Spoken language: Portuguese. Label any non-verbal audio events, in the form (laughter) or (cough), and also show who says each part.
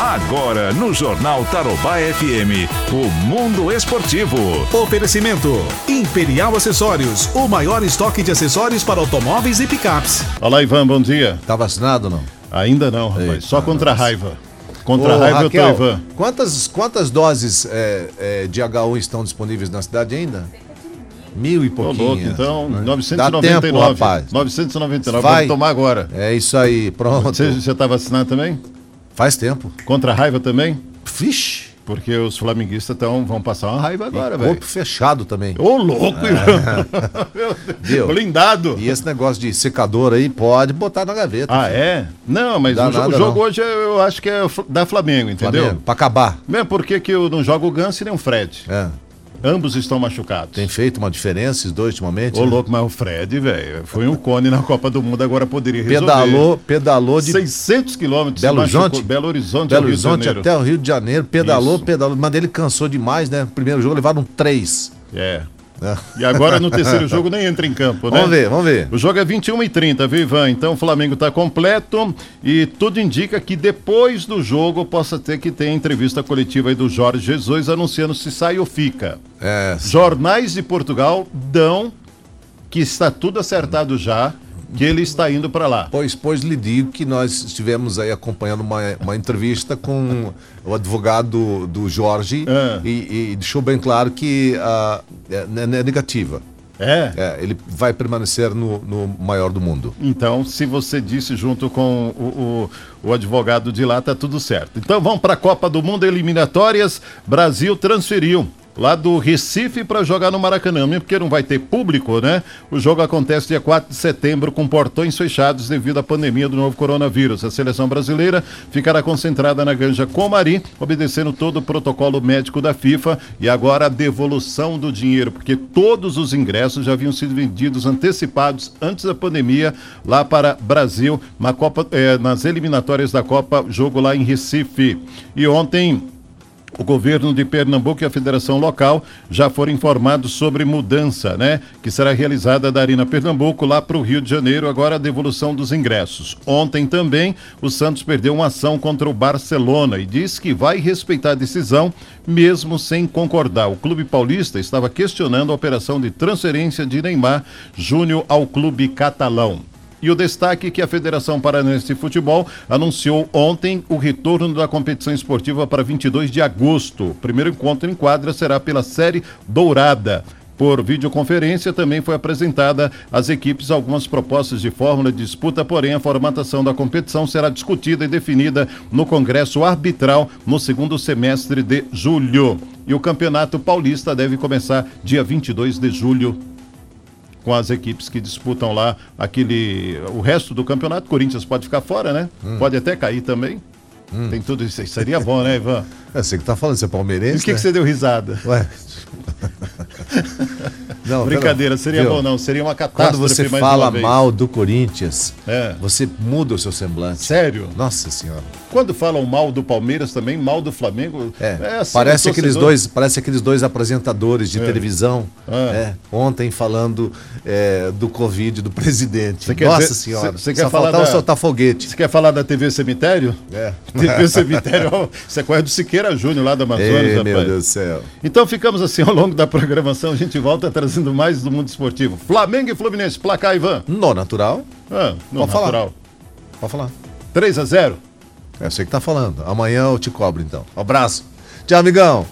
Speaker 1: Agora, no Jornal Tarobá FM, o Mundo Esportivo.
Speaker 2: Oferecimento: Imperial Acessórios, o maior estoque de acessórios para automóveis e picapes.
Speaker 3: Olá, Ivan, bom dia.
Speaker 4: Tá vacinado ou não?
Speaker 3: Ainda não, rapaz.
Speaker 4: Eita,
Speaker 3: Só contra a
Speaker 4: nossa.
Speaker 3: raiva. Contra a
Speaker 4: Ô,
Speaker 3: raiva
Speaker 4: Raquel, um
Speaker 3: eu tô, Ivan.
Speaker 4: Quantas, quantas doses é, é, de H1 estão disponíveis na cidade ainda? Mil e
Speaker 3: Tô
Speaker 4: pouquinho.
Speaker 3: louco, então,
Speaker 4: né? Dá
Speaker 3: 999.
Speaker 4: tempo, rapaz.
Speaker 3: 999,
Speaker 4: Vai.
Speaker 3: vamos tomar agora.
Speaker 4: É isso aí, pronto.
Speaker 3: Você já tá vacinado também?
Speaker 4: Faz tempo.
Speaker 3: Contra a raiva também?
Speaker 4: Vixe,
Speaker 3: Porque os flamenguistas tão, vão passar uma raiva agora, velho.
Speaker 4: corpo fechado também.
Speaker 3: Ô, louco, Ivan. (laughs) Meu Deus.
Speaker 4: Ah. Viu?
Speaker 3: Blindado.
Speaker 4: E esse negócio de secador aí pode botar na gaveta.
Speaker 3: Ah, é? Não, mas
Speaker 4: Dá
Speaker 3: o, jo- o
Speaker 4: nada,
Speaker 3: jogo
Speaker 4: não.
Speaker 3: hoje é- eu acho que é fl- da Flamengo, entendeu?
Speaker 4: Flamengo, pra acabar.
Speaker 3: Mesmo porque que eu não jogo o Ganso e nem o Fred.
Speaker 4: É,
Speaker 3: Ambos estão machucados.
Speaker 4: Tem feito uma diferença esses dois ultimamente?
Speaker 3: Ô,
Speaker 4: né?
Speaker 3: louco, mas o Fred, velho, foi um cone na Copa do Mundo, agora poderia resolver.
Speaker 4: Pedalou, pedalou de
Speaker 3: 600 quilômetros.
Speaker 4: Belo
Speaker 3: machucou-
Speaker 4: Horizonte?
Speaker 3: Belo Horizonte, ao
Speaker 4: Belo
Speaker 3: Rio de
Speaker 4: Horizonte
Speaker 3: Janeiro.
Speaker 4: até o Rio de Janeiro. Pedalou,
Speaker 3: Isso.
Speaker 4: pedalou. Mas ele cansou demais, né? Primeiro jogo levaram três.
Speaker 3: É. E agora no terceiro (laughs) jogo nem entra em campo, né?
Speaker 4: Vamos ver, vamos ver.
Speaker 3: O jogo é 21 e 30, viu, Ivan? Então o Flamengo tá completo e tudo indica que depois do jogo possa ter que ter entrevista coletiva aí do Jorge Jesus anunciando se sai ou fica.
Speaker 4: É,
Speaker 3: Jornais de Portugal dão que está tudo acertado já, que ele está indo para lá.
Speaker 4: pois, pois lhe digo que nós estivemos aí acompanhando uma, uma entrevista com o advogado do Jorge
Speaker 3: É.
Speaker 4: e, e deixou bem claro que ah, é, é, é negativa.
Speaker 3: É.
Speaker 4: É, ele vai permanecer no, no maior do mundo.
Speaker 3: Então, se você disse junto com o, o- o advogado de lá, tá tudo certo. Então, vamos para a Copa do Mundo eliminatórias. Brasil transferiu lá do Recife para jogar no Maracanã, mesmo porque não vai ter público, né? O jogo acontece dia 4 de setembro com portões fechados devido à pandemia do novo coronavírus. A seleção brasileira ficará concentrada na Granja Comari, obedecendo todo o protocolo médico da FIFA e agora a devolução do dinheiro, porque todos os ingressos já haviam sido vendidos antecipados antes da pandemia lá para Brasil, na Copa, eh, nas eliminatórias da Copa, jogo lá em Recife. E ontem o governo de Pernambuco e a federação local já foram informados sobre mudança, né? Que será realizada da Arena Pernambuco lá para o Rio de Janeiro, agora a devolução dos ingressos. Ontem também o Santos perdeu uma ação contra o Barcelona e diz que vai respeitar a decisão, mesmo sem concordar. O Clube Paulista estava questionando a operação de transferência de Neymar Júnior ao clube catalão. E o destaque que a Federação Paranaense de Futebol anunciou ontem o retorno da competição esportiva para 22 de agosto. O primeiro encontro em quadra será pela Série Dourada. Por videoconferência também foi apresentada às equipes algumas propostas de fórmula de disputa, porém a formatação da competição será discutida e definida no Congresso Arbitral no segundo semestre de julho. E o Campeonato Paulista deve começar dia 22 de julho com as equipes que disputam lá aquele o resto do campeonato. Corinthians pode ficar fora, né?
Speaker 4: Hum.
Speaker 3: Pode até cair também. Tem tudo isso aí. Seria bom, né, Ivan?
Speaker 4: É, você que tá falando, você é
Speaker 3: E
Speaker 4: palmeirense.
Speaker 3: o que,
Speaker 4: né?
Speaker 3: que você deu risada?
Speaker 4: Ué. (laughs) Não,
Speaker 3: Brincadeira,
Speaker 4: pera-
Speaker 3: seria
Speaker 4: viu?
Speaker 3: bom não, seria uma catástrofe
Speaker 4: Quando você
Speaker 3: mais
Speaker 4: fala
Speaker 3: uma vez.
Speaker 4: mal do Corinthians,
Speaker 3: É.
Speaker 4: você muda o seu semblante.
Speaker 3: Sério?
Speaker 4: Nossa senhora.
Speaker 3: Quando falam mal do Palmeiras também, mal do Flamengo,
Speaker 4: É,
Speaker 3: assim,
Speaker 4: parece
Speaker 3: o
Speaker 4: aqueles
Speaker 3: torcedor-
Speaker 4: dois, parece aqueles dois apresentadores
Speaker 3: É.
Speaker 4: de televisão,
Speaker 3: Ah.
Speaker 4: né, ontem falando é, do Covid do presidente.
Speaker 3: Você quer
Speaker 4: Nossa
Speaker 3: ver-
Speaker 4: senhora.
Speaker 3: você- você quer
Speaker 4: só
Speaker 3: falar
Speaker 4: faltava
Speaker 3: da-
Speaker 4: soltar foguete.
Speaker 3: Você quer falar da TV Cemitério?
Speaker 4: É.
Speaker 3: TV Cemitério, ó, isso é coisa do Siqueira Júnior lá da Amazonas,
Speaker 4: Ei,
Speaker 3: rapaz.
Speaker 4: meu Deus do céu.
Speaker 3: Então ficamos assim ao longo da programação, a gente volta trazendo mais do mundo esportivo. Flamengo e Fluminense, placar, Ivan.
Speaker 4: No natural,
Speaker 3: Ah, não,
Speaker 4: Pode falar.
Speaker 3: natural.
Speaker 4: pode falar.
Speaker 3: 3 a 0.
Speaker 4: É você que tá falando. Amanhã eu te cobro então. Um abraço. Tchau, amigão.